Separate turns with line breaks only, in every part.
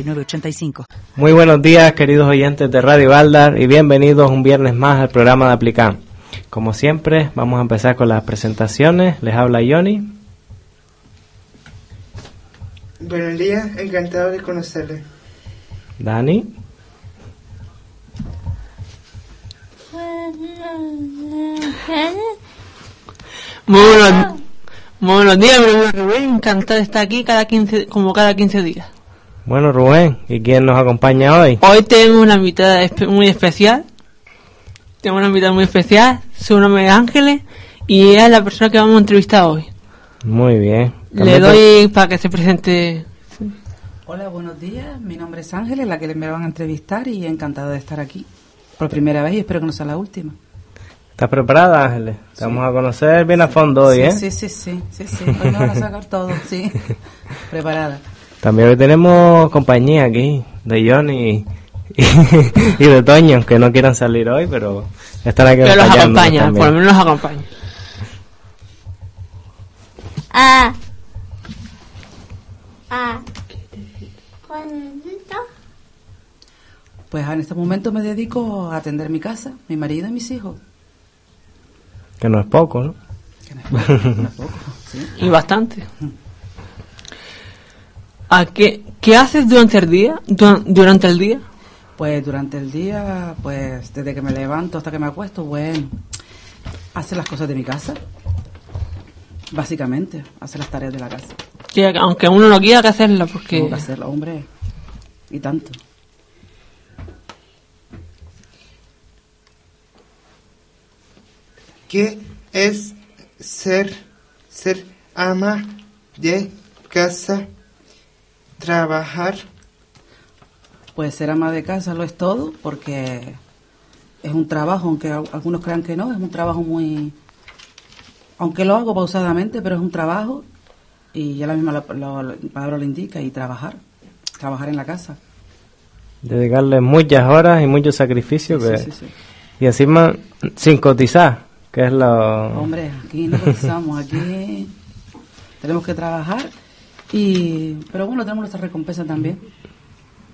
985.
Muy buenos días, queridos oyentes de Radio Valdar, y bienvenidos un viernes más al programa de Aplicar. Como siempre, vamos a empezar con las presentaciones. Les habla Johnny.
Buenos días, encantado de conocerle.
Dani.
Muy buenos, muy buenos días, encantado de estar aquí cada 15, como cada 15 días.
Bueno, Rubén, ¿y quién nos acompaña hoy?
Hoy tengo una invitada muy especial. Tengo una invitada muy especial. Su nombre es Ángeles y ella es la persona que vamos a entrevistar hoy.
Muy bien.
Le doy para que se presente.
Hola, buenos días. Mi nombre es Ángeles, la que me van a entrevistar y encantada de estar aquí por primera vez y espero que no sea la última.
¿Estás preparada, Ángeles? Te vamos a conocer bien a fondo hoy,
sí,
¿eh?
Sí, sí, sí, sí, sí. Hoy me van a sacar todo, sí. preparada.
También hoy tenemos compañía aquí de Johnny y, y, de Toño, aunque no quieran salir hoy, pero están aquí.
Pero los acompañan, por lo menos los acompañan.
Ah. Ah. ¿Cuánto?
Pues en este momento me dedico a atender mi casa, mi marido y mis hijos.
Que no es poco, ¿no?
Que no es poco, no es poco ¿sí?
Y bastante. ¿A qué, qué, haces durante el día? durante el día?
Pues durante el día, pues desde que me levanto hasta que me acuesto, bueno, hacer las cosas de mi casa, básicamente, hacer las tareas de la casa.
Sí, aunque uno no quiera que hacerla, porque...
Tengo que hacerla, hombre, y tanto.
¿Qué es ser, ser ama de casa? trabajar?
Pues ser ama de casa lo es todo, porque es un trabajo, aunque algunos crean que no, es un trabajo muy... Aunque lo hago pausadamente, pero es un trabajo, y ya la misma lo, lo, lo, palabra lo indica, y trabajar, trabajar en la casa.
Dedicarle muchas horas y mucho sacrificio, sí, que, sí, sí, y encima sin cotizar, que es lo...
Hombre, aquí no cotizamos, aquí tenemos que trabajar y, pero bueno, tenemos nuestra recompensa también.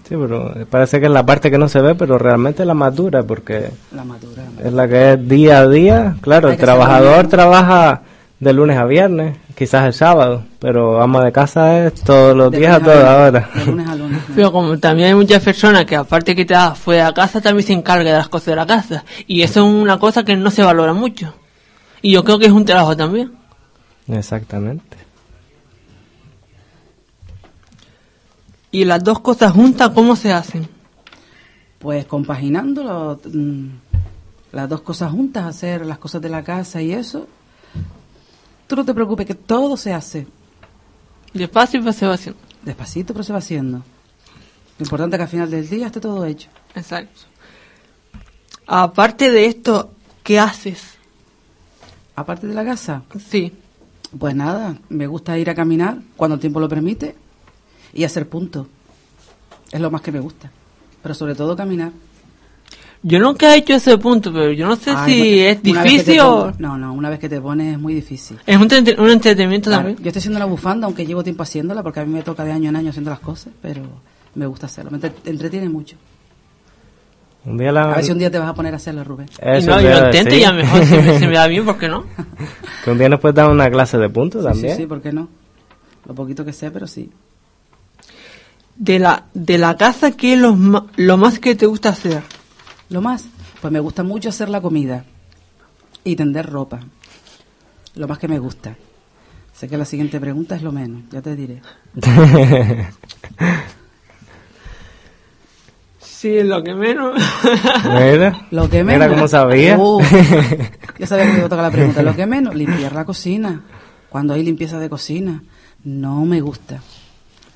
Sí, pero parece que es la parte que no se ve, pero realmente es la más dura, porque
la madura, la
es la que es día a día. Claro, el trabajador trabaja de lunes a viernes, quizás el sábado, pero ama de casa es todos los de días a toda hora.
De lunes a lunes, ¿no?
Pero como también hay muchas personas que aparte que te fue a casa, también se encarga de las cosas de la casa. Y eso es una cosa que no se valora mucho. Y yo creo que es un trabajo también.
Exactamente.
y las dos cosas juntas, ¿cómo se hacen?
Pues compaginando lo, mm, las dos cosas juntas, hacer las cosas de la casa y eso. Tú no te preocupes, que todo se hace.
Despacio, pero se va haciendo.
Despacito, pero se va haciendo. Lo importante es que al final del día esté todo hecho.
Exacto. Aparte de esto, ¿qué haces?
Aparte de la casa.
Sí.
Pues nada, me gusta ir a caminar cuando el tiempo lo permite y hacer punto. Es lo más que me gusta. Pero sobre todo caminar.
Yo nunca he hecho ese punto, pero yo no sé Ay, si bueno, es difícil
o... No, no, una vez que te pones es muy difícil.
Es un, un entretenimiento claro, también.
Yo estoy haciendo la bufanda, aunque llevo tiempo haciéndola, porque a mí me toca de año en año haciendo las cosas, pero me gusta hacerlo. Me entretiene mucho.
Un día la...
A ver si un día te vas a poner a hacerlo, Rubén.
Eso y no, yo lo intento y a lo mejor si me, se me da bien, ¿por qué no?
que un día nos puedes dar una clase de punto
sí,
también.
Sí, sí, ¿por qué no? Lo poquito que sé, pero sí
de la, de la casa, ¿qué es lo, lo, más que te gusta hacer?
¿Lo más? Pues me gusta mucho hacer la comida y tender ropa. Lo más que me gusta. Sé que la siguiente pregunta es lo menos, ya te diré.
sí, lo que menos.
Mira,
lo que menos.
Mira cómo sabía. Uh,
ya sabía que me iba a tocar la pregunta. Lo que menos, limpiar la cocina. Cuando hay limpieza de cocina, no me gusta.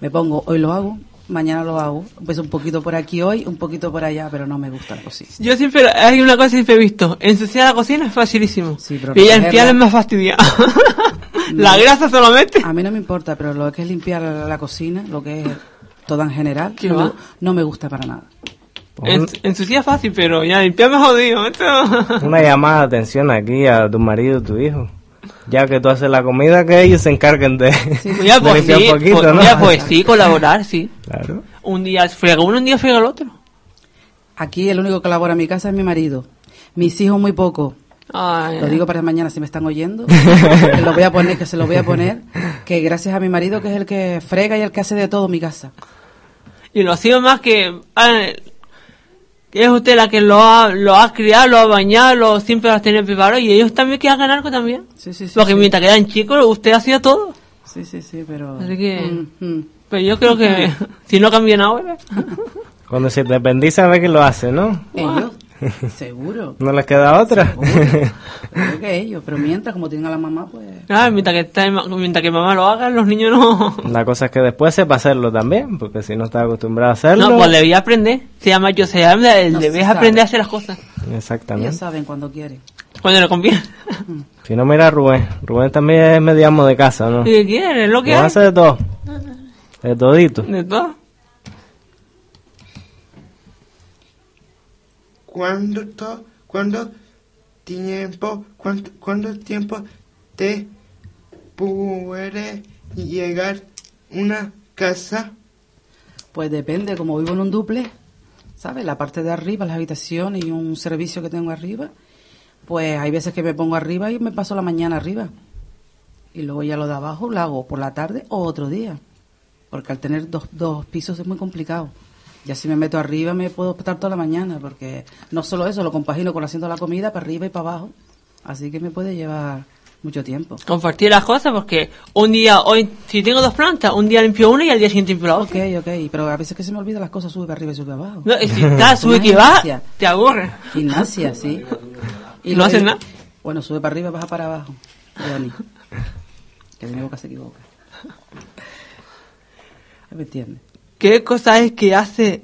Me pongo, hoy lo hago, mañana lo hago. Pues un poquito por aquí hoy, un poquito por allá, pero no me gusta la cocina.
Yo siempre, hay una cosa que siempre he visto, ensuciar la cocina es facilísimo.
Sí, pero
y
recogerla-
limpiar es más fastidiado. la
No.
grasa solamente.
Ah,
A mí no me importa, pero lo que es limpiar la, la cocina, lo que es todo en general,
¿Qué
no me,
va?
no me gusta para nada.
Pues un-
En, ensuciar es fácil, pero ya limpiar me jodido. esto-
una llamada de atención aquí a tu marido y tu hijo. Ya que tú haces la comida, que ellos se encarguen de,
Ya,
de
pues,
limpiar
sí,
un poquito,
pues,
¿no?
ya, pues sí, colaborar, sí.
Claro.
Un día friega uno, un día friega el otro.
Aquí el único que labora en mi casa es mi marido. Mis hijos muy poco.
Ay,
Lo digo para mañana si me están oyendo. que lo voy a poner, que se lo voy a poner. Que gracias a mi marido, que es el que frega y el que hace de todo en mi casa.
Y lo ha sido más que... ah, es usted la que lo ha, lo ha criado, lo ha bañado, lo, siempre lo ha tenido preparado y ellos también que hagan algo también.
Sí, sí, sí.
Porque
sí.
mientras quedan chicos, usted hacía todo.
Sí, sí, sí, pero.
Así que-
Mm, mm.
Pero yo creo que si no cambian ahora...
Cuando se te bendice, a ver que lo hace, ¿no?
Ellos, seguro.
No les queda otra.
Creo que ellos, pero mientras, como tienen a la mamá, pues.
Ah, mientras que, está- mientras que mamá lo haga, los niños no...
La cosa es que después sepa hacerlo también, porque si no está acostumbrado a hacerlo.
No, pues debía aprender. Se llama yo, se llama el
No se
debes
sabe.
aprender a hacer las cosas.
Ellos
Exactamente.
saben cuando quieren.
Cuando le conviene.
Si no, mira a Rubén. Rubén también es mediamo de casa, ¿no?
¿Y qué quiere? Lo que
Lo hace
hace.
de todo. De todito.
De todo.
¿Cuánto, cuánto tiempo, cuánto, cuánto tiempo te puede llegar una casa?
Pues depende, como vivo en un duple, ¿sabes? La parte de arriba, las habitaciones y un servicio que tengo arriba, pues hay veces que me pongo arriba y me paso la mañana arriba. Y luego ya lo de abajo lo hago por la tarde o otro día. Porque al tener dos, dos pisos es muy complicado. Ya si me meto arriba me puedo estar toda la mañana, porque no solo eso, lo compagino con haciendo la comida para arriba y para abajo. Así que me puede llevar mucho tiempo.
Compartir las cosas porque un día, hoy, si tengo dos plantas, un día limpio una y al día siguiente limpio la
Ok,
otra.
ok, pero a veces que se me olvida las cosas, sube para arriba y sube para abajo.
No, y si estás, sube
Una
que va,
gimnasia.
te aburre.
Gimnasia, sí.
¿Y no hacen nada?
Bueno, sube para arriba, baja para abajo. Johnny. Que de mi boca se equivoca. ¿Me entiendes?
¿Qué cosas hay que hace,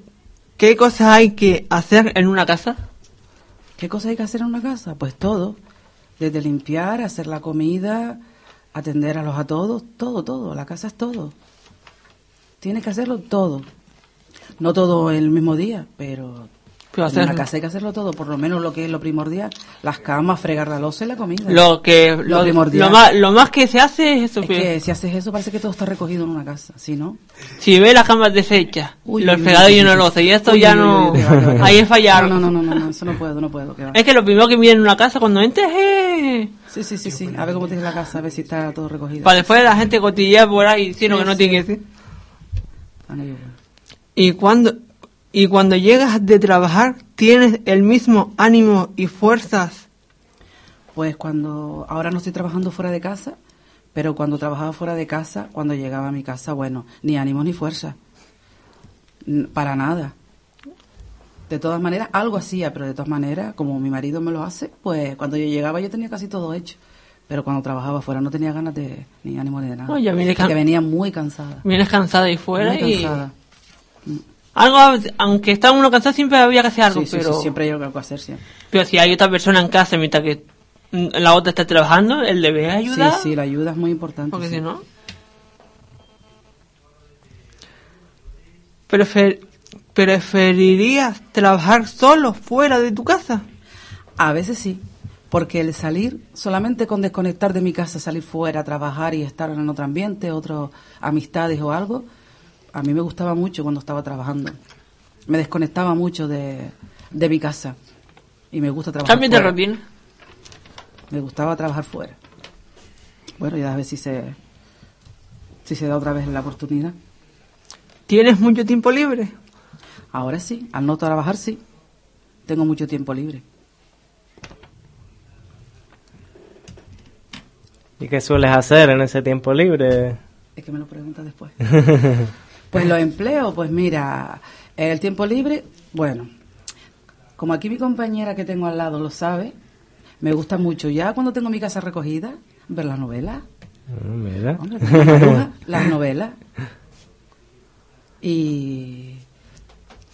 qué cosas hay que hacer en una casa?
¿Qué cosas hay que hacer en una casa? Pues todo. Desde limpiar, hacer la comida, atender a los a todos, todo, todo. La casa es todo. Tienes que hacerlo todo. No todo el mismo día, pero
Pero
en
hacer
una casa hay que hacerlo todo, por lo menos lo que es lo primordial. Las camas, fregar la loza y la comida.
lo que, lo,
primordial.
lo más, lo más que se hace es eso.
Es
que-
que si haces eso parece que todo está recogido en una casa, ¿sí no?
Si ve las camas deshechas,
Uy,
los
uy,
fregados
uy,
llenos de
uy,
loza, y esto
uy,
ya
uy, uy,
no,
uy, que va, que va, que va.
ahí es fallar.
No, no, no, no, no, eso no puedo, no puedo. que va.
Es que lo primero que miren en una casa cuando entres es...
Sí, sí, sí, sí. A ver cómo tienes la casa, a ver si está todo recogido.
Para después la gente cotillear por ahí, sí, lo que no tiene que decir.
Ah, no, yo puedo.
Y cuando, y cuando llegas de trabajar, tienes el mismo ánimo y fuerzas.
Pues cuando ahora no estoy trabajando fuera de casa, pero cuando trabajaba fuera de casa, cuando llegaba a mi casa, bueno, ni ánimo ni fuerza. N- Para nada. De todas maneras, algo hacía, pero de todas maneras, como mi marido me lo hace, pues cuando yo llegaba yo tenía casi todo hecho. Pero cuando trabajaba fuera no tenía ganas de ni ánimo ni de nada.
No, ya viene can-
Porque venía muy cansada.
Vienes cansada y fuera
muy
y...
cansada.
Algo, aunque está uno cansado, siempre había que hacer algo,
Sí, sí,
pero...
sí, siempre hay algo que hacer, siempre.
Pero si hay otra persona en casa mientras que mm, la otra está trabajando, él debe ayudar.
Sí, sí, la ayuda es muy importante.
Porque
sí.
si no. Prefer- ¿Preferirías trabajar solo fuera de tu casa?
A veces sí, porque el salir, solamente con desconectar de mi casa, salir fuera, trabajar y estar en otro ambiente, otras amistades o algo, a mí me gustaba mucho cuando estaba trabajando. Me desconectaba mucho de, de mi casa y me gusta trabajar
Cambio de
fuera.
rutina.
Me gustaba trabajar fuera. Bueno, ya a ver si se, si se da otra vez la oportunidad.
¿Tienes mucho tiempo libre?
Ahora sí, al no trabajar sí, tengo mucho tiempo libre.
¿Y qué sueles hacer en ese tiempo libre?
Es que me lo preguntas después. Pues los empleo, pues mira, el tiempo libre, bueno, como aquí mi compañera que tengo al lado lo sabe, me gusta mucho ya cuando tengo mi casa recogida, ver las novelas,
Ah, mira.
hombre, ver las marujas, las novelas. Y,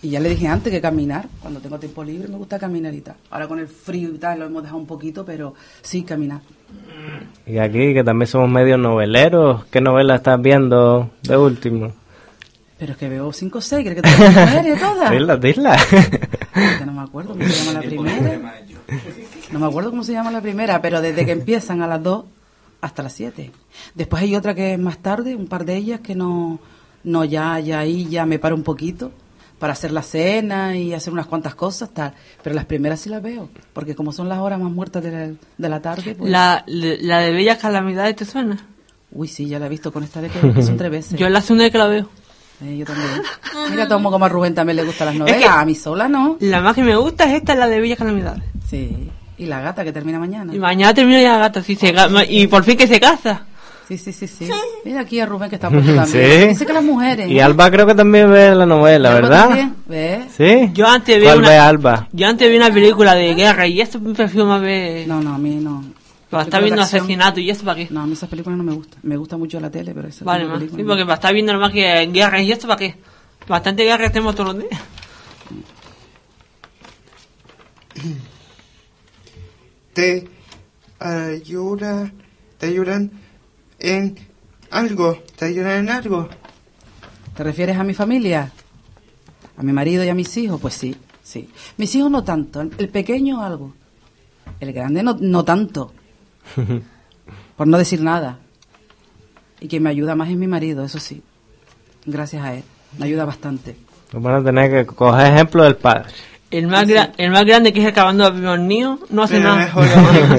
y ya le dije antes que caminar, cuando tengo tiempo libre me gusta caminar y tal. Ahora con el frío y tal lo hemos dejado un poquito, pero sí caminar.
Y aquí, que también somos medio noveleros, ¿qué novela estás viendo de último?
Pero es que veo 5 o 6, ¿crees que te las mujeres todas?
Dila, dila.
Que no me acuerdo cómo se llama la primera. No me acuerdo cómo se llama la primera, pero desde que empiezan a las 2 hasta las 7. Después hay otra que es más tarde, un par de ellas que no, no ya, ya ahí ya me paro un poquito para hacer la cena y hacer unas cuantas cosas, tal. Pero las primeras sí las veo, porque como son las horas más muertas de la, de la tarde, pues...
La, la de Bellas Calamidades, ¿te suena?
Uy, sí, ya la he visto con esta de que que son tres veces.
Yo es la segunda vez que la veo.
Eh, yo también. Mira, tomo como a Rubén también le gustan las novelas, a mí sola no.
La más que me gusta es esta, la de Bellas Calamidades.
Sí. Y la gata que termina mañana.
Y mañana termina ya la gata, sí,
Ah,
se, ga- y por fin que se casa.
Sí, sí, sí, sí. Mira aquí a Rubén que está puesto también. Dice que las mujeres.
Y Alba creo que también ve la novela,
Alba
¿verdad?
también, ¿Ves?
Sí.
Yo antes vi
¿Cuál ve
una,
Alba?
yo antes vi una película de guerra y eso prefiero más ver.
No, no, a mí no.
para estar
Películas de
viendo
acción.
asesinato y eso para qué.
No, a mí esas películas no me gustan. Me gusta mucho la tele, pero esas
vale,
tipo de
más. Sí,
películas
porque para estar viendo más que guerra y esto para qué. Bastante guerra tenemos todos los días.
te ayudan, te ayudan en algo, te ayudan en algo.
no. ¿Te refieres a mi familia? ¿A mi marido y a mis hijos? Pues sí, sí. Mis hijos no tanto. El pequeño algo. El grande no, no tanto. Por no decir nada. Y quien me ayuda más es mi marido, eso sí. Gracias a él. Me ayuda bastante.
Nos van a tener que coger ejemplo del padre.
El más, gra- el más grande que es acabando a Pion Niño no hace
Pero
nada.
mejor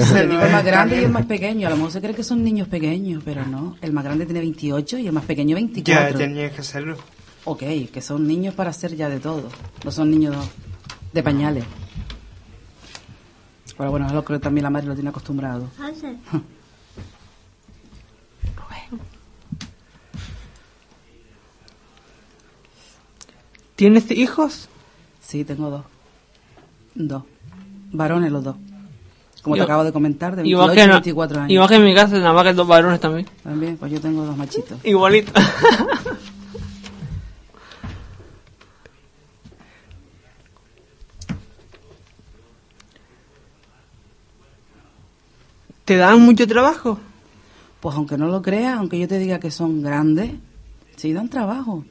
Se
no.
digo el más grande y el más pequeño. A lo mejor se cree que son niños pequeños, pero no. El más grande tiene 28 y el más pequeño
Ya
24.
tenía que hacerlo.
Ok, que son niños para hacer ya de todo. No son niños de pañales. Pero bueno, lo creo que también la madre lo tiene acostumbrado.
¿Tienes hijos?
Sí, tengo dos. Dos. Varones los dos. Como
Yo-
te acabo de comentar, de
Igual
28
que,
y
no-
24 años.
igual que en mi casa, nada más que dos varones también.
También, pues yo tengo dos machitos.
Igualito. ¿Te dan mucho trabajo?
Pues aunque no lo creas, aunque yo te diga que son grandes, sí dan trabajo.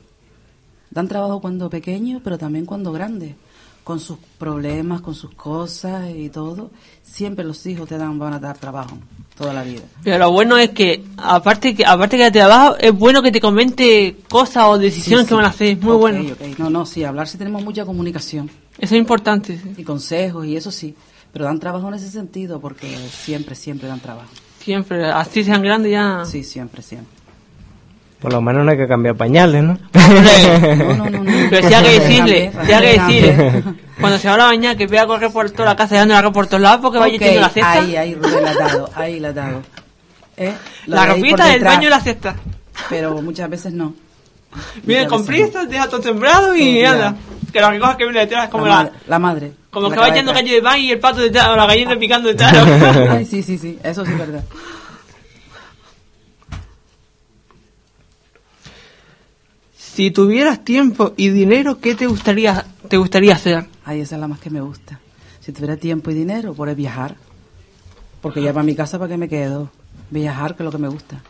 Dan trabajo cuando pequeños, pero también cuando grandes. Con sus problemas, con sus cosas y todo. Siempre los hijos te dan, van a dar trabajo toda la vida.
Pero lo bueno es que, aparte que aparte que te trabajo, es bueno que te comente cosas o decisiones que van a hacer. Es muy
Ok,
bueno.
ok. No, no, sí, hablar sí tenemos mucha comunicación
Eso es importante. sí.
y consejos y eso sí. Pero dan trabajo en ese sentido porque siempre, siempre dan trabajo.
Siempre. Así sean grandes ya.
Sí, siempre, siempre.
Por lo menos no hay que cambiar pañales, ¿no?
No, no, no, no.
Pero si hay que decirle,
Déjame,
si hay que
déjame.
decirle. Cuando se va a la mañana, que vea a correr por toda la casa, dando la por todos lados, porque vaya
Ok,
echando la cesta.
Ahí, ahí, Rubén, la has dado, ahí la has dado. ¿Eh? Lo
la
de ahí por
ropita, el
detrás,
baño y la cesta.
Pero muchas veces no.
Viene
Muchas
con
veces
prisa, deja todo sembrado y
Todo
nada. Que la recoja que viene detrás,
no.
como
La,
la.
madre- la madre.
Como
la
que va
cabeza.
echando gallo de pan y el pato detrás, o la gallina picando detrás.
Ay, sí, sí, sí, eso sí es verdad.
si tuvieras tiempo y dinero, ¿qué te gustaría, te gustaría hacer?
Ay, esa es la más que me gusta. Si tuviera tiempo y dinero, por viajar. Porque ya para mi casa, ¿para qué me quedo? Viajar, que es lo que me gusta.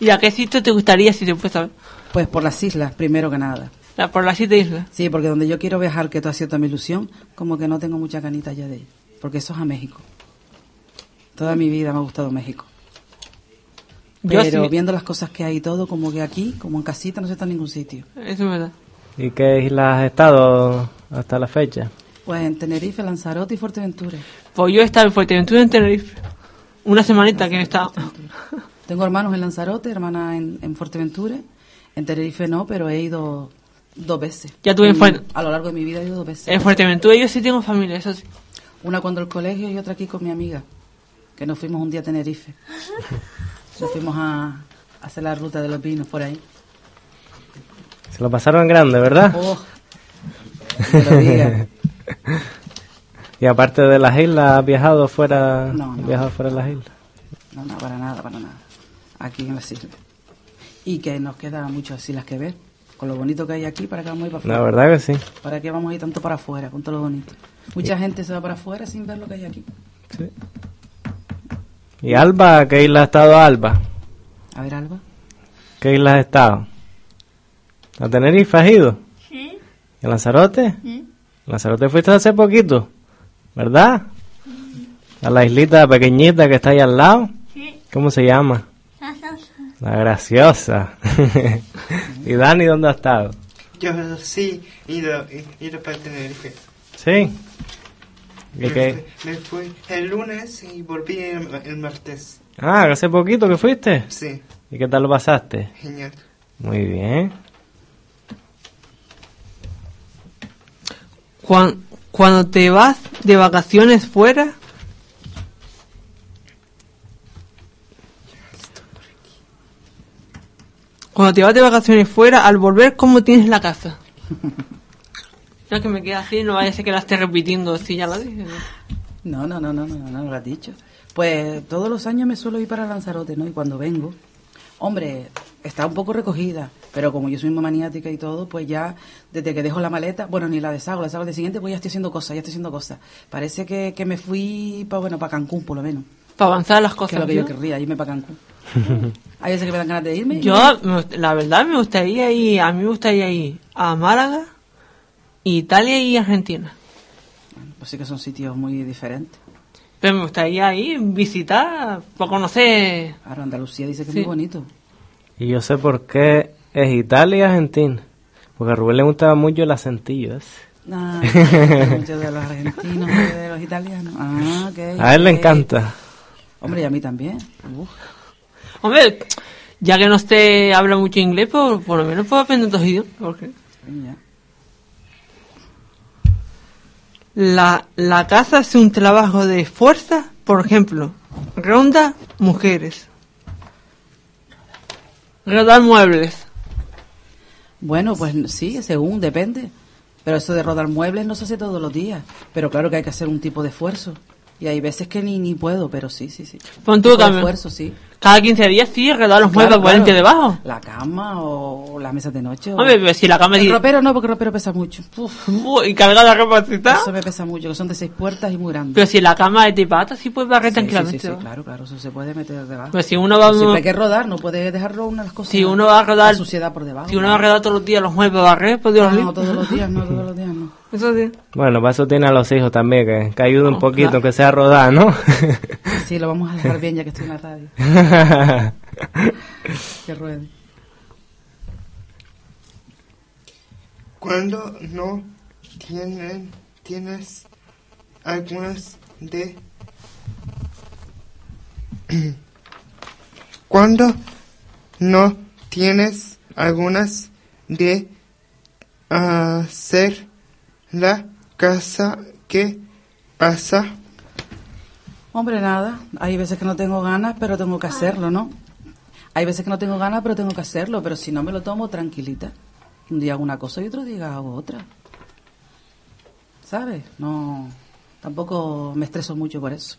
¿Y a qué sitio te gustaría si te fuese a
Pues por las islas, primero que nada.
la- por las siete islas?
Sí, porque donde yo quiero viajar, que esto ha sido toda mi ilusión, como que no tengo mucha canita ya de ello. Porque eso es a México. Toda mi vida me ha gustado México.
Yo
Pero
sí-
viendo las cosas que hay y todo, como que aquí, como en casita, no se está en ningún sitio.
Eso es verdad.
¿Y qué islas has estado hasta la fecha?
Pues en Tenerife, Lanzarote y Fuerteventura.
Pues yo he estado en Fuerteventura en Tenerife. Una semanita que he estado.
Tengo hermanos en Lanzarote, hermana en, en Fuerteventura. En Tenerife no, pero he ido dos veces.
Ya tuve en Fuerte-
A lo largo de mi vida he ido dos veces.
En Fuerteventura yo sí tengo familia, eso sí.
Una cuando el colegio y otra aquí con mi amiga, que nos fuimos un día a Tenerife. Nos fuimos a, a hacer la ruta de los vinos por ahí.
Se lo pasaron grande, ¿verdad?
Oh, que lo diga.
Y aparte de las islas, ¿has viajado fuera,
No, no.
viajado fuera de las islas?
No, no, para nada, para nada. Aquí en las islas. Y que nos queda muchas islas que ver. con lo bonito que hay aquí, ¿para qué vamos a ir para
La
afuera?
verdad que sí.
¿Para qué vamos a ir tanto para afuera, con todo lo bonito? Mucha gente se va para afuera sin ver lo que hay aquí.
Sí. ¿Y Alba? ¿Qué isla ha estado Alba?
A ver, Alba.
¿Qué isla has estado? ¿A Tenerife has ido?
Sí,
¿Y a Lanzarote?
sí.
Lanzarote fuiste hace poquito, ¿verdad? A la islita pequeñita que está ahí al lado.
sí.
¿Cómo se llama?
Gracias.
La graciosa. ¿Y Dani dónde ha estado?
Yo sí he ido, he ido para Tenerife.
Sí. ¿Y
Me,
qué?
fui- me fui el lunes y volví el, el martes.
Ah, hace poquito que fuiste.
Sí,
¿Y qué tal lo pasaste?
genial.
Muy bien.
Cuan- cuando te vas de vacaciones fuera, cuando te vas de vacaciones fuera, al volver, ¿cómo tienes la casa? Ya que me queda así, no vaya a ser que la esté repitiendo, si ya la dije. ¿no?
No, no, no, no, no, no, no lo has dicho. Pues todos los años me suelo ir para Lanzarote, ¿no? Y cuando vengo, hombre, está un poco recogida, pero como yo soy muy maniática y todo, pues ya desde que dejo la maleta, bueno, ni la deshago, la deshago al día siguiente, pues ya estoy haciendo cosas, ya estoy haciendo cosas. Parece que, que me fui para, bueno, para Cancún por lo menos,
Para avanzar las
que
cosas.
es lo que yo
¿no?
querría, irme para Cancún. Hay veces que me dan ganas de irme. y
Yo, me gust- la verdad, me gustaría ir, a mí me gustaría ir a Málaga, Italia y Argentina.
Pues sí que son sitios muy diferentes.
Pero me gustaría ir, visitar, para conocer.
Ahora Andalucía dice que
Sí.
es muy bonito.
Y yo sé por qué es Italia y Argentina. Porque a Rubén le gustaba mucho el acentillo ese. Ah,
Ay, muchos de los argentinos, muchos de los italianos. Ah, ok.
A él le
ok.
encanta.
Hombre, y a mí también. Uf.
Hombre, ya que no se habla mucho inglés, por, por lo menos puedo aprender dos idiomas. Porque
Ya.
la, la casa es un trabajo de fuerza, por ejemplo, ronda mujeres, rodar muebles.
Bueno, pues sí, según, depende. Pero eso de rodar muebles no se hace todos los días. Pero claro que hay que hacer un tipo de esfuerzo. Y hay veces que ni, ni puedo, pero sí, sí, sí.
Pon tú
Un tipo de
también.
esfuerzo, sí.
Cada 15 días sí, rodar los muebles
Claro,
por
claro.
ente debajo.
La cama o las mesas de noche. O...
Hombre, pero si la cama
el
es...
ropero no, porque el ropero pesa mucho. Uf,
Uy, Y cargar la ropa así, ¿tá?
eso me pesa mucho, que son de seis puertas y muy grandes.
Pero si la cama es de pata, sí puedes barrer
Sí,
tranquilamente.
sí, sí, sí,
¿va?
claro, claro, eso se puede meter debajo.
Pero Pues si uno va...
Siempre hay que rodar, no puedes dejarlo una de las cosas.
Si uno va a rodar-
La suciedad por debajo.
Si uno va a rodar todos los días los muebles, barrer, pues Dios
No,
libre.
no, Ah, todos los días, no, todos los días, no.
Eso sí.
Bueno, para eso tiene a los hijos también, que, que ayude un
Oh,
poquito,
claro.
que sea rodada, ¿no?
Sí, lo vamos a dejar bien ya que estoy en la radio. Que ruede.
Cuando no tienen, tienes algunas de... Cuando no tienes algunas de hacer la casa que pasa.
Hombre, nada. Hay veces que no tengo ganas, pero tengo que hacerlo, ¿no? Hay veces que no tengo ganas, pero tengo que hacerlo. Pero si no me lo tomo, tranquilita. Un día hago una cosa y otro día hago otra. ¿Sabes? No. Tampoco me estreso mucho por eso.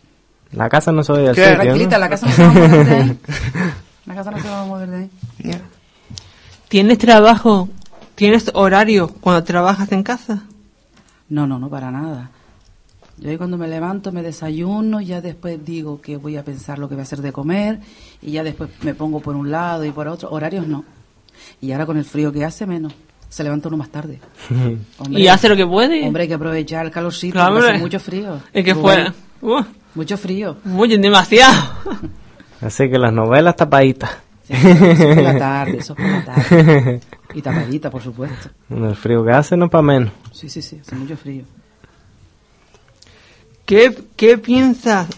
la casa no soy del
¿Qué?
sitio, ¿no?
Tranquilita, la casa no se va a mover de ahí. La casa no se va a mover de ahí.
Ya.
¿Tienes trabajo? ¿Tienes horario cuando trabajas en casa?
No, no, no, para nada. Yo ahí cuando me levanto, me desayuno, ya después digo que voy a pensar lo que voy a hacer de comer, y ya después me pongo por un lado y por otro. Horarios no. Y ahora con el frío que hace, menos. Se levanta uno más tarde. Hombre,
y hace lo que puede.
Hombre, hay que aprovechar el calorcito,
Claro,
porque hace
hombre.
mucho frío.
es que
Rubén,
fue... Uh,
Mucho frío.
muy demasiado.
Así que las novelas tapaditas.
Sí, eso es por la tarde, eso es por la tarde. Y tapadita, por supuesto.
el frío que hace no para menos.
Sí, sí, sí, hace mucho frío.
¿Qué, qué piensas?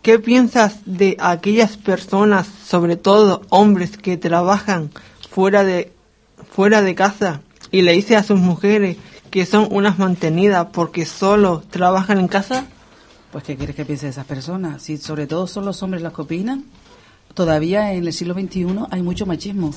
¿Qué piensas de aquellas personas, sobre todo hombres que trabajan fuera de fuera de casa y le dice a sus mujeres que son unas mantenidas porque solo trabajan en casa?
Pues, ¿qué quieres que piense de esas personas? Si sobre todo son los hombres los que opinan, todavía en el siglo XXI hay mucho machismo.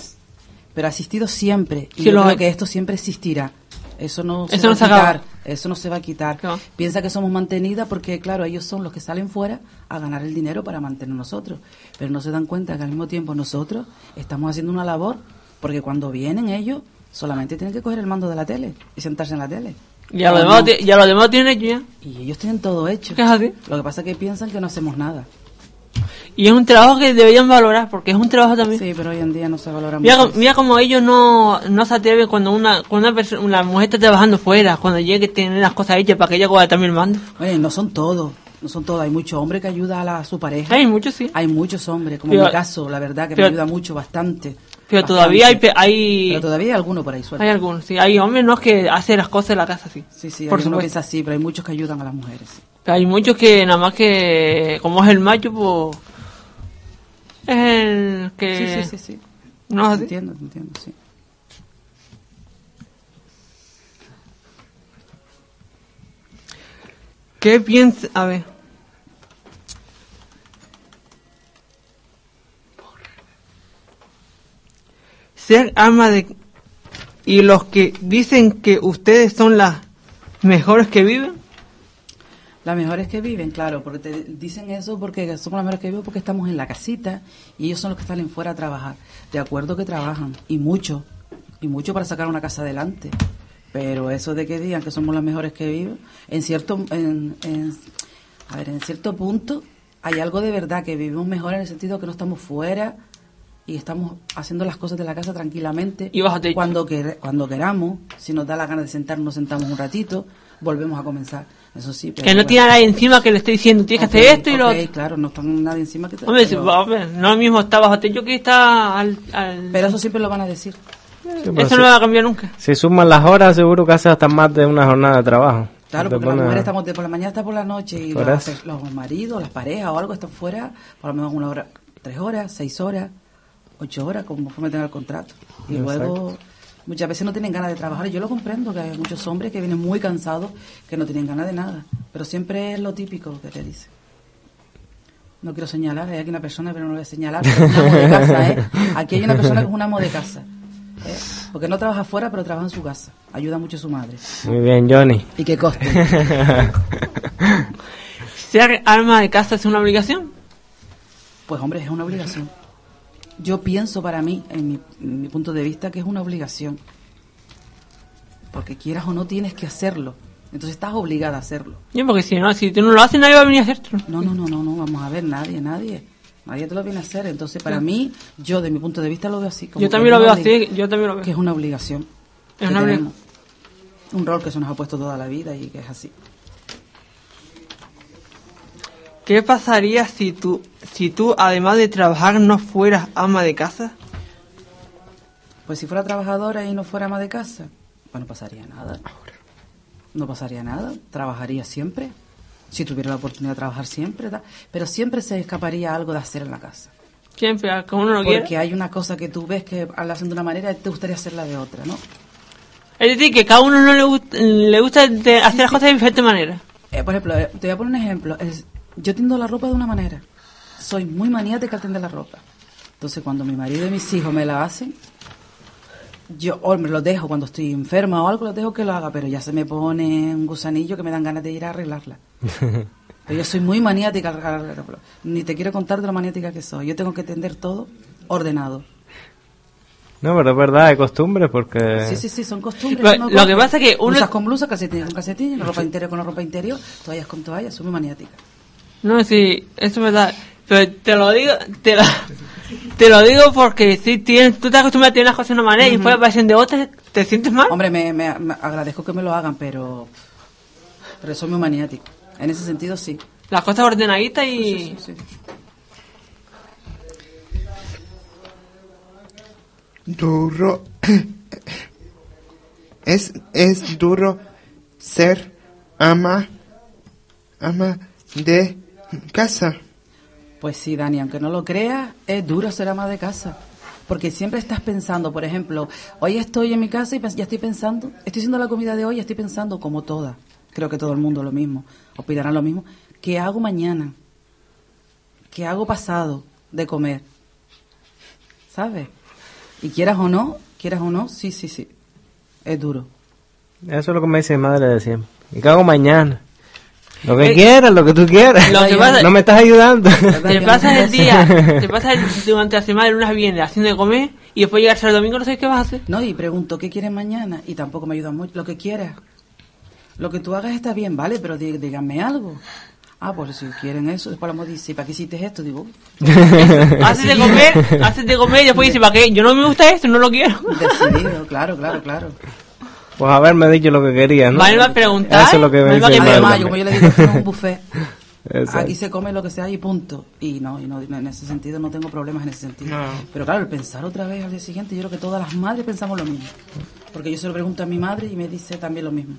Pero ha existido siempre. Y
Sí,
yo
lo
creo
hay.
que esto siempre existirá. Eso no se
Eso
va
no se
a quitar.
acaba.
Eso no se va a quitar.
Claro.
Piensa que somos mantenidas porque, claro, ellos son los que salen fuera a ganar el dinero para mantener nosotros. Pero no se dan cuenta que al mismo tiempo nosotros estamos haciendo una labor porque cuando vienen ellos Solamente tienen que coger el mando de la tele y sentarse en la tele.
Y a
O
lo
no.
demás, ti- y a lo demás tiene hecho ya.
Y ellos tienen todo hecho.
Es que es así.
Lo que pasa es que piensan que no hacemos nada.
Y es un trabajo que deberían valorar, porque es un trabajo también.
Sí, pero hoy en día no se valora
Mira,
mucho.
co- mira como ellos no, no se atreven cuando una cuando una, perso- una mujer está trabajando fuera, cuando llegue tiene las cosas hechas para que ella coja también el mando.
Oye, no son todos. No son todos. Hay mucho hombre que ayuda a, la- a su pareja.
Hay muchos, sí.
Hay muchos hombres, como
Pero-
en mi caso, la verdad, que
pero-
me ayuda mucho, bastante.
Pero
Bastante.
todavía hay, pe- hay,
Pero todavía hay alguno por ahí,
hay
suerte.
algunos, sí. Hay hombres no que hacen las cosas en la casa, sí.
Sí, sí,
por
por alguno
supuesto.
piensa así, pero hay muchos que ayudan a las mujeres.
Pero hay muchos que nada más que, como es el macho, pues... Es el que...
Sí, sí, sí, sí.
Eh, No,
Te
así.
entiendo, te entiendo, sí.
¿Qué piensas? A ver. Ser ama de... Y los que dicen que ustedes son las mejores que viven.
Las mejores que viven, claro, porque te dicen eso porque somos las mejores que viven porque estamos en la casita y ellos son los que salen fuera a trabajar. De acuerdo que trabajan y mucho, y mucho para sacar una casa adelante. Pero eso de que digan que somos las mejores que viven, en cierto, en, en- a ver, en cierto punto hay algo de verdad que vivimos mejor en el sentido que no estamos fuera y estamos haciendo las cosas de la casa tranquilamente.
Y bajo techo.
Cuando, quer- cuando queramos, si nos da la gana de sentarnos, nos sentamos un ratito, volvemos a comenzar. Eso sí, pero
Que no
bueno.
tiene a nadie encima que le esté diciendo tienes
Ok,
que hacer esto y lo
ok,
otro.
claro, no están nadie encima que te...
Hombre, si-
pero,
hombre, no lo mismo está bajo techo que está al... al-
pero eso siempre lo van a decir.
Sí, pero
eso
si,
no va a cambiar nunca.
si suman las horas, seguro que hace hasta más de una jornada de trabajo.
Claro,
Te
porque las
pone-
mujeres estamos de por la mañana hasta por la noche y
Por
los,
eso.
los maridos, las parejas o algo están fuera por lo menos una hora, tres horas, seis horas, ocho horas, conforme tenga el contrato. Y luego muchas veces no tienen ganas de trabajar. Yo lo comprendo que hay muchos hombres que vienen muy cansados, que no tienen ganas de nada. Pero siempre es lo típico que te dicen. No quiero señalar, hay aquí una persona, pero no lo voy a señalar. pero es un amo de casa, ¿eh? Aquí hay una persona que es un amo de casa. ¿eh? Porque no trabaja afuera, pero trabaja en su casa. Ayuda mucho a su madre.
Muy bien, Johnny.
Y que coste.
Ser alma de casa es una obligación.
Pues hombre, es una obligación. Yo pienso para mí, en mi, en mi punto de vista, que es una obligación. Porque quieras o no tienes que hacerlo. Entonces estás obligada a hacerlo.
Sí, Porque si no, si tú no lo haces nadie va a venir a hacértelo.
No, no, no, no, no, vamos a ver, nadie, nadie. Nadie te lo viene a hacer. Entonces para mí, yo de mi punto de vista lo veo así. como
Yo
que
también
es
lo veo
una
así, yo también lo
obli- Que es
veo.
una obligación.
Es
que
una obli-
tenemos. Un rol que se nos ha puesto toda la vida y que es así.
¿Qué pasaría si tú, si tú, además de trabajar, no fueras ama de casa?
Pues si fuera trabajadora y no fuera ama de casa, pues no pasaría nada. No pasaría nada, trabajaría siempre. Si tuviera la oportunidad de trabajar siempre, da- pero siempre se escaparía algo de hacer en la casa.
Siempre, a que uno lo quiera.
Porque hay una cosa que tú ves que la hacen de una manera y te gustaría hacerla de otra, ¿no?
Es decir, que cada uno no le, gust- le gusta de- hacer las cosas de diferente manera.
Eh, por ejemplo, eh, te voy a poner un ejemplo. Es- yo tiendo la ropa de una manera. Soy muy maniática al tender la ropa. Entonces, cuando mi marido y mis hijos me la hacen, yo o me los dejo cuando estoy enferma o algo, los dejo que lo haga, pero ya se me pone un gusanillo que me dan ganas de ir a arreglarla. Pero yo soy muy maniática al arreglar la ropa. Ni te quiero contar de lo maniática que soy. Yo tengo que tender todo ordenado.
No, pero es verdad, hay costumbres porque...
Sí, sí, sí, son costumbres.
Lo-
son
lo
cosas.
que pasa que uno-
Blusas con blusas, calcetines con calcetines, ropa interior con ropa interior, toallas con toallas, soy muy maniática.
No, sí, eso es verdad. Pero te lo digo, te lo, te lo digo porque si tienes, tú te acostumbras a tener las cosas de una manera y después aparecen de otra, ¿te sientes mal?
Hombre, me, me- me agradezco que me lo hagan, pero, pero soy muy maniático. En ese sentido, sí.
Las cosas ordenaditas y...
Sí, sí, sí.
Duro. Es, es duro ser ama, ama de casa.
Pues sí, Dani, aunque no lo creas, es duro ser ama de casa. Porque siempre estás pensando, por ejemplo, hoy estoy en mi casa y pens- ya estoy pensando, estoy haciendo la comida de hoy y estoy pensando, como toda, creo que todo el mundo lo mismo, opinarán lo mismo, ¿qué hago mañana? ¿Qué hago pasado de comer? ¿Sabes? Y quieras o no, quieras o no, sí, sí, sí, es duro.
Eso es lo que me dice mi madre de siempre. ¿Y qué hago mañana? Lo que
Eh,
quieras, lo que tú quieras.
lo que pasa-
no me estás ayudando.
Te pasas el día, te pasas el- durante la semana el lunes viene haciendo de comer y después llegas el domingo no sabes qué vas a hacer.
No, y pregunto, ¿qué quieres mañana? Y tampoco me ayudan mucho. Lo que quieras. Lo que tú hagas está bien, vale, pero dí- díganme algo. Ah, pues si quieren eso, después la mujer dice, ¿para qué hiciste esto? Digo, "Uy,
Haces de comer, haces de comer y después dices, ¿para qué? Yo no me gusta esto, no lo quiero.
decidido, claro, claro, claro.
pues haberme dicho lo que quería, ¿no?
Mal va a preguntar,
Eso es lo que me
mal va
dice
que
Manuel
Además,
madre.
yo, como
también.
yo le digo, esto es un buffet.
Exacto.
Aquí se come lo que sea y punto. Y no, y no, en ese sentido no tengo problemas en ese sentido.
No.
Pero claro, el pensar otra vez al día siguiente, yo creo que todas las madres pensamos lo mismo. Porque yo se lo pregunto a mi madre y me dice también lo mismo.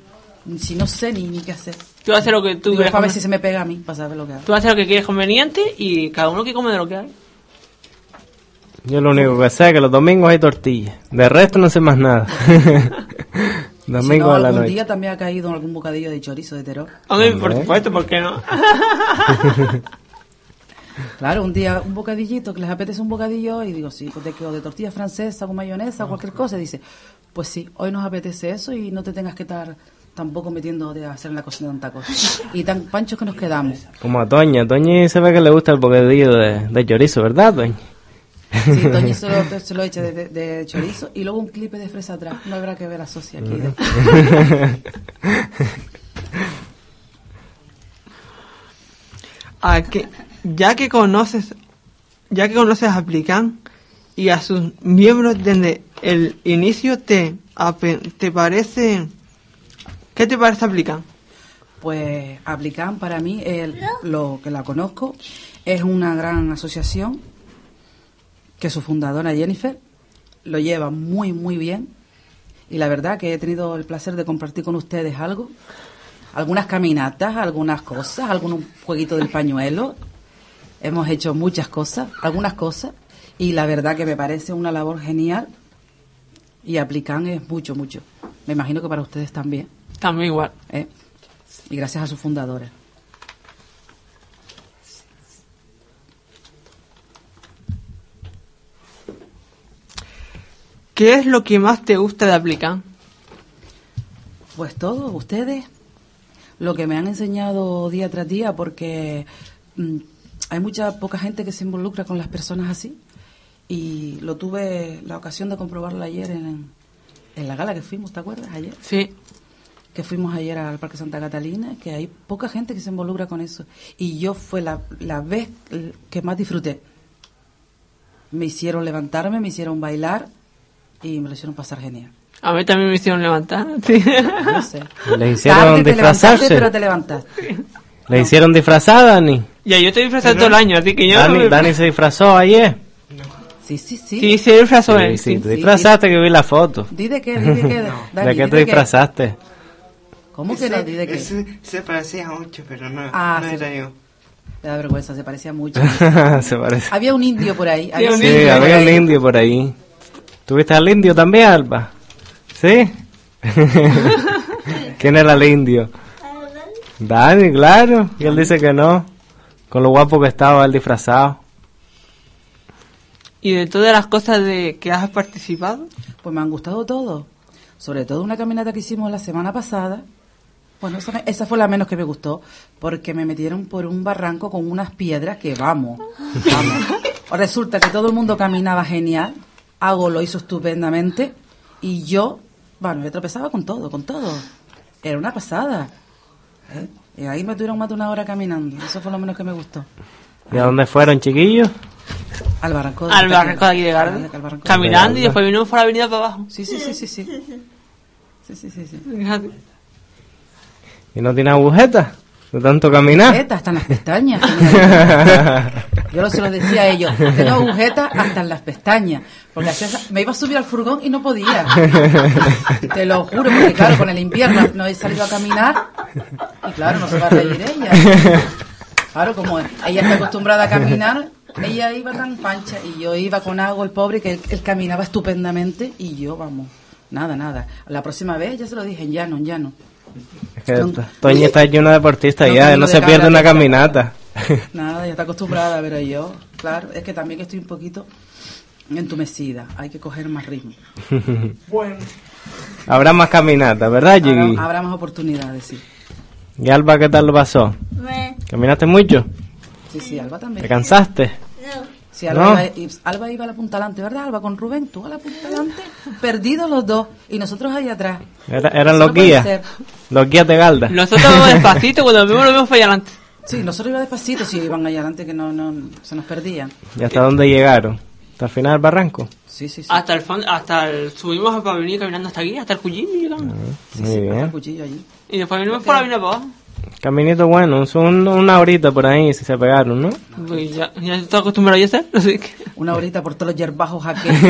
Si no sé ni, ni qué hacer.
Tú haces lo que tú
Digo,
quieras
para ver
comer.
si se me pega a mí, para saber lo que hago.
Tú haces lo que quieres conveniente y cada uno que come de lo que hay.
Yo lo único que sé es que los domingos hay tortilla. De resto no sé más nada.
Si
Domingo
no,
a la
algún
noche.
día también ha caído algún bocadillo de chorizo de terror.
Hombre,
Hombre.
por supuesto, ¿por qué no?
Claro, un día un bocadillito, que les apetece un bocadillo y digo, sí, pues de, que- o de tortilla francesa, con mayonesa,
Ah.
cualquier cosa. Y dice, pues sí, hoy nos apetece eso y no te tengas que estar tampoco metiendo de hacer en la cocina tanta cosa. Y tan panchos que nos quedamos.
Como a Toña. Toña se ve que le gusta el bocadillo de, de chorizo, ¿verdad, Toña?
Sí, Toñi se lo, se lo echa de, de- de chorizo y luego un clipe de fresa atrás. No habrá que ver a Socia aquí. ¿eh?
a que, ya que conoces ya que conoces a Plican y a sus miembros desde el inicio te ape- te parece ¿qué te parece Aplican?
Pues Aplican para mí, el- lo que la conozco, es una gran asociación que su fundadora Jennifer lo lleva muy, muy bien. Y la verdad que he tenido el placer de compartir con ustedes algo, algunas caminatas, algunas cosas, algún jueguito del pañuelo. Hemos hecho muchas cosas, algunas cosas, y la verdad que me parece una labor genial y Aplican es mucho, mucho. Me imagino que para ustedes también.
También igual.
¿eh? y gracias a su fundadora.
¿qué es lo que más te gusta de
Aplican.
Pues todo, ustedes, lo que me han enseñado día tras día, porque mm, hay mucha poca gente que se involucra con las personas así, y lo tuve la ocasión de comprobarlo ayer en, en la gala que fuimos, ¿te acuerdas? Ayer.
Sí.
que fuimos ayer al Parque Santa Catalina, que hay poca gente que se involucra con eso. Y yo fue la, la vez que más disfruté. Me hicieron levantarme, me hicieron bailar y me lo hicieron pasar genial.
A mí también me hicieron levantar. Sí.
No sé.
Le hicieron
Tarde te levantaste,
disfrazarse.
pero te levantaste.
¿Le hicieron disfrazada, Dani?
Ya, yo estoy disfrazado todo el año, así que yo... no
Dani,
me-
Dani se disfrazó ayer.
Sí, sí, sí.
Sí, sí, disfrazó
Sí,
eh.
él.
sí,
Sí,
te disfrazaste que vi la foto.
Di de qué, di de qué. Dani,
¿De qué
di
te disfrazaste?
¿Cómo que no? Di de qué.
Ese- ese se parecía a mucho, pero no,
Ah,
no
sí.
era yo.
Te da vergüenza, se parecía mucho.
se parece.
había un indio por ahí. Había un
Sí,
indio por
había un
ahí.
indio por ahí. ¿Tuviste al indio también, Alba? ¿Sí? ¿Quién era el indio? Dani, claro. Y él dice que no. Con lo guapo que estaba él disfrazado.
Y de todas las cosas de que has participado,
Pues me han gustado todos. Sobre todo una caminata que hicimos la semana pasada. Bueno, esa, me- esa fue la menos que me gustó, porque me metieron por un barranco con unas piedras que vamos, vamos. Resulta que todo el mundo caminaba genial, Hago lo hizo estupendamente, y yo, bueno, yo tropezaba con todo, con todo. Era una pasada. ¿eh? Y ahí me tuvieron más de una hora caminando. Eso fue lo menos que me gustó.
¿Y a dónde fueron, chiquillos?
Al barranco de
al barranco de aquí de Garde,
Al barranco de-
caminando
Garde.
y después vinimos por la avenida para abajo.
Sí, sí, sí, sí, sí. Sí, sí, sí, sí.
Fíjate.
¿Y no tiene agujetas? De tanto caminar.
agujetas hasta en las pestañas. Yo lo se lo decía a ellos, tengo agujetas hasta en las pestañas, porque hacía- me iba a subir al furgón y no podía. Te lo juro, porque claro, con el invierno no he salido a caminar y claro, no se va a reír ¿eh? ella. Claro, como ella está acostumbrada a caminar, ella iba tan pancha y yo iba con algo el pobre que él, él caminaba estupendamente y yo, vamos, nada, nada. La próxima vez ya se lo dije, ya no, ya no.
Es que esta- Toña está hecho una deportista
No
ya,
camino
no
de
se
cabra,
pierde una
pero-
caminata.
Nada, ya está acostumbrada, pero yo, claro, es que también que estoy un poquito entumecida, hay que coger más ritmo.
Habrá más caminata, ¿verdad,
Habrá,
Jiggy?
habrá más oportunidades, sí.
¿Y Alba qué tal lo pasó?
Me-
¿Caminaste mucho?
Sí, sí, Alba
¿Te
también.
cansaste?
no,
Sí, Alba,
No.
iba, y- Alba iba a la punta delante, ¿verdad, Alba? Con Rubén, tú a la punta delante, perdidos los dos, y nosotros ahí atrás.
Era- eran
Eso
los
no puede
guías.
ser.
Los guías de Galda.
Nosotros vamos despacito, cuando vemos lo vemos para allá adelante.
Sí, nosotros iba despacito, sí, iban allá adelante que no, no se nos perdían.
¿Y hasta dónde llegaron? ¿Hasta el final del barranco?
Sí, sí, sí.
Hasta el fan, hasta el, subimos para venir caminando hasta aquí, hasta el Cullín y llegamos.
Sí,
Muy
sí, con el
bien.
cuchillo allí.
Y después venimos por la mina para abajo.
Caminito bueno, un- un- una horita por ahí si se pegaron, ¿no?
Pues ya, ya estoy acostumbrado yo a hacer, así que.
Una horita por todos los yerbajos aquellos.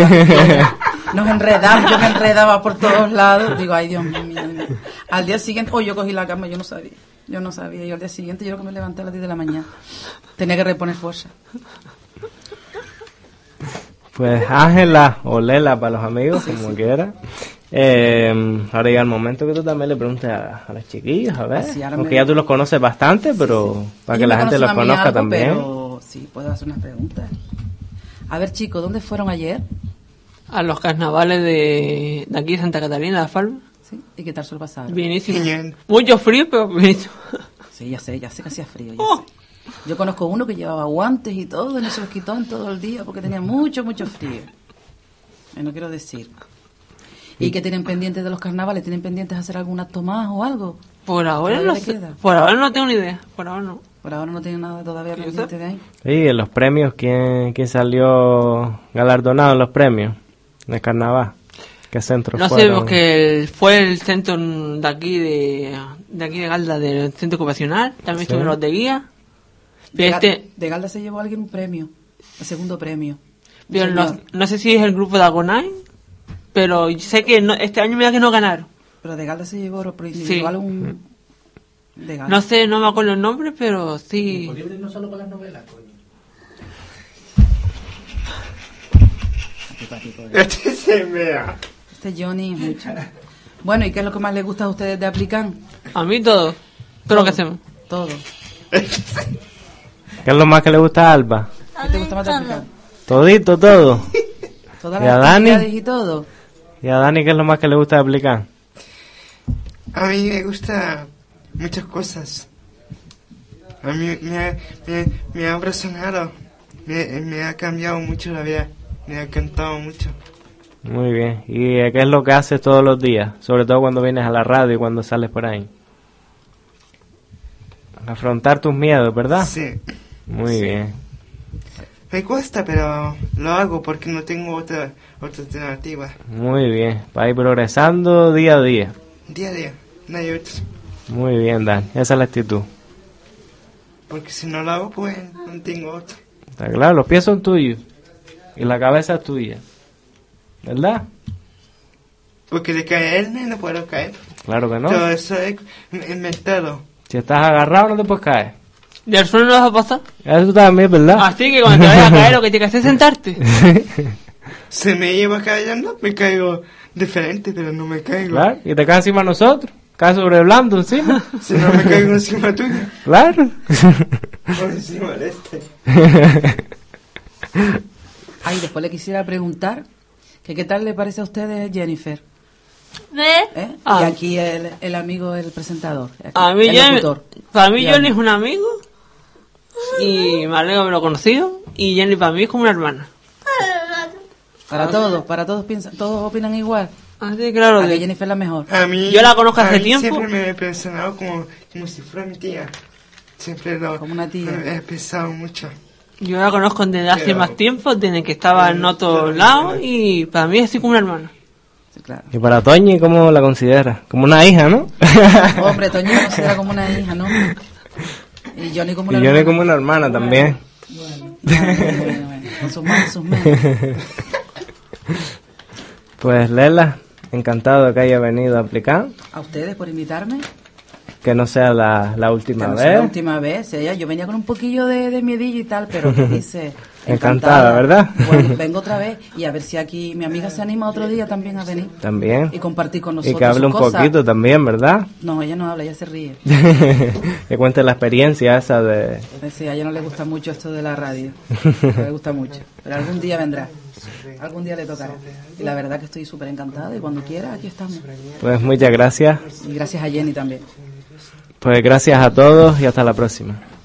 Nos enredamos, yo me enredaba por todos lados. Digo, ay Dios mío. Dios mío. Al día siguiente, hoy yo cogí la cama, yo no sabía. Yo no sabía. Yo al día siguiente, yo creo que me levanté a las 10 de la mañana. Tenía que reponer fuerza.
Pues Ángela o Lela para los amigos, como quiera. Eh, ahora llega el momento que tú también le preguntes a, a las chiquillas, a ver.
Ah, sí, ahora
Porque
me-
ya tú los conoces bastante, pero para
Ellos
que
me
la gente
conocen
los
a mí
conozca
algo,
también.
Pero sí, puedo hacer unas preguntas. A ver, chicos, ¿dónde fueron ayer?
A los carnavales de, de aquí de Santa Catalina, de la Falma.
¿Sí? ¿Y qué tal se lo pasaron?
Bienísimo.
Bien.
Mucho frío, pero bienísimo.
Sí, ya sé, ya sé que hacía frío. ya
Oh.
sé. Yo conozco uno que llevaba guantes y todo, y no se los quitó en todo el día porque tenía mucho, mucho frío. Eh, no quiero decir. ¿Y qué tienen pendientes de los carnavales? ¿Tienen pendientes hacer algún acto más o algo?
Por ahora
¿Todavía
no
le
sé-
queda?
Por ahora no tengo ni idea. Por ahora no.
Por ahora no tienen nada todavía
¿Y
pendiente
usted?
de ahí.
Y en los premios, ¿quién, quién salió galardonado en los premios? En el carnaval. ¿Qué centro
No sé,
fueron?
porque el- fue el centro de aquí de, de aquí de Galda, del centro ocupacional. También estuvieron los de guía.
De,
Pero
Ga-
este,
de Galda se llevó alguien un premio, el segundo premio. Un
pero no,
señor.
no sé si es el grupo de Agonai, pero sé que no- este año me da que no ganaron.
Pero de Galda se llevó por individual un... De Galda.
No sé, no me acuerdo el nombre, pero sí.
Este se mea.
Este Johnny es mucho. Bueno, ¿y qué es lo que más les gusta a ustedes de Aplican?
A mí todo. Todo lo que hacemos.
Todo.
¿Qué es lo más que le gusta a Alba?
¿Qué te gusta más de Aplican?
Todito, todo.
Todas
¿Y
las
a Dani?
actividades y todo.
¿Y a Dani qué es lo más que le gusta de aplicar?
A mí me gusta muchas cosas. A mí me ha, me, me ha impresionado. Me, me ha cambiado mucho la vida. Me ha encantado mucho.
Muy bien. ¿Y eh, qué es lo que haces todos los días? Sobre todo cuando vienes a la radio y cuando sales por ahí. Afrontar tus miedos, ¿verdad?
Sí.
Muy bien.
Me cuesta, pero lo hago porque no tengo otra, otra alternativa.
Muy bien. Para ir progresando día a día.
Día a día. No hay otra.
Muy bien, Dan. Esa es la actitud.
Porque si no lo hago, pues no tengo otra.
Está claro, los pies son tuyos. Y la cabeza es tuya. ¿Verdad?
Porque de caerme no puedo caer.
Claro que no.
Todo eso es inventado.
Si estás agarrado no te puedes caer.
Del suelo no vas a pasar.
Eso también, ¿verdad?
Así que cuando te vayas a caer, lo que tienes que hacer es sentarte.
Se me lleva cayendo, me caigo diferente, pero no me caigo.
claro. Y te caes encima de nosotros. Caes sobre blando encima.
Si no me caigo encima tuyo,
Claro.
por encima de este.
Ay, después le quisiera preguntar que qué tal le parece a ustedes Jennifer.
me,
¿eh?
Ah.
Y aquí el, el amigo, el presentador. aquí,
A mí,
el
Johnny,
locutor.
para mí
Y
Johnny
a-
es un amigo. Y me alegro de haberlo conocido. Y Jenny para mí es como una hermana. Ah.
Para todos, para todos piensan, todos opinan igual.
Así que claro,
A que
de-
Jennifer es la mejor.
A mí,
Yo la conozco
a
hace
mí
tiempo.
Siempre me he pensado como, como si fuera mi tía. Siempre lo
Como una tía.
lo he pensado mucho.
yo la conozco desde hace
Pero-
más tiempo, desde que estaba en otro lado. Y para mí es así como una hermana.
Sí, claro.
Y para Toñi, ¿cómo la considera? Como una hija, ¿no?
Hombre, Toño no se como una hija, ¿no? Y Johnny como
y
una
yo ni
hermana.
como una hermana también.
Bueno, bueno, bueno, bueno, con sus manos, sus manos.
Pues Lela, encantado que haya venido a aplicar.
A ustedes por invitarme.
Que no sea la, la
Que
última
no
vez.
sea la última vez, ella, yo venía con un poquillo de, de miedillo y tal, pero me dice...
Encantada, ¿verdad?
Bueno, vengo otra vez y a ver si aquí mi amiga se anima otro día también a venir
También.
y compartir con
Y
nosotros
que hable
sus
un
cosas.
poquito también, ¿verdad?
No, ella no habla, ella se ríe.
que cuente la experiencia esa de...
Sí, a ella no le gusta mucho esto de la radio, no le gusta mucho, pero algún día vendrá, algún día le tocará. Y la verdad que estoy súper encantada y cuando quiera aquí estamos.
Pues muchas gracias
Y gracias a Jenny también.
Pues gracias a todos y hasta la próxima.